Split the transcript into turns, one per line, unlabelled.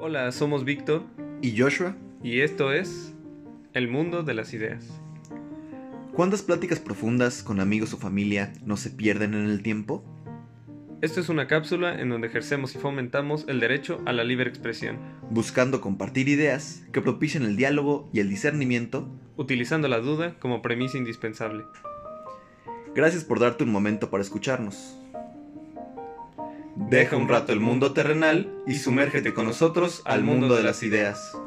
Hola, somos Víctor
¿Y Joshua?
y esto es El Mundo de las Ideas.
¿Cuántas pláticas profundas con amigos o familia no se pierden en el tiempo?
Esto es una cápsula en donde ejercemos y fomentamos el derecho a la libre expresión,
Buscando compartir ideas que propicien el diálogo y el discernimiento.
utilizando la duda como premisa indispensable.
Gracias por darte un momento para escucharnos. Deja un rato el mundo terrenal y sumérgete con nosotros al mundo de las ideas.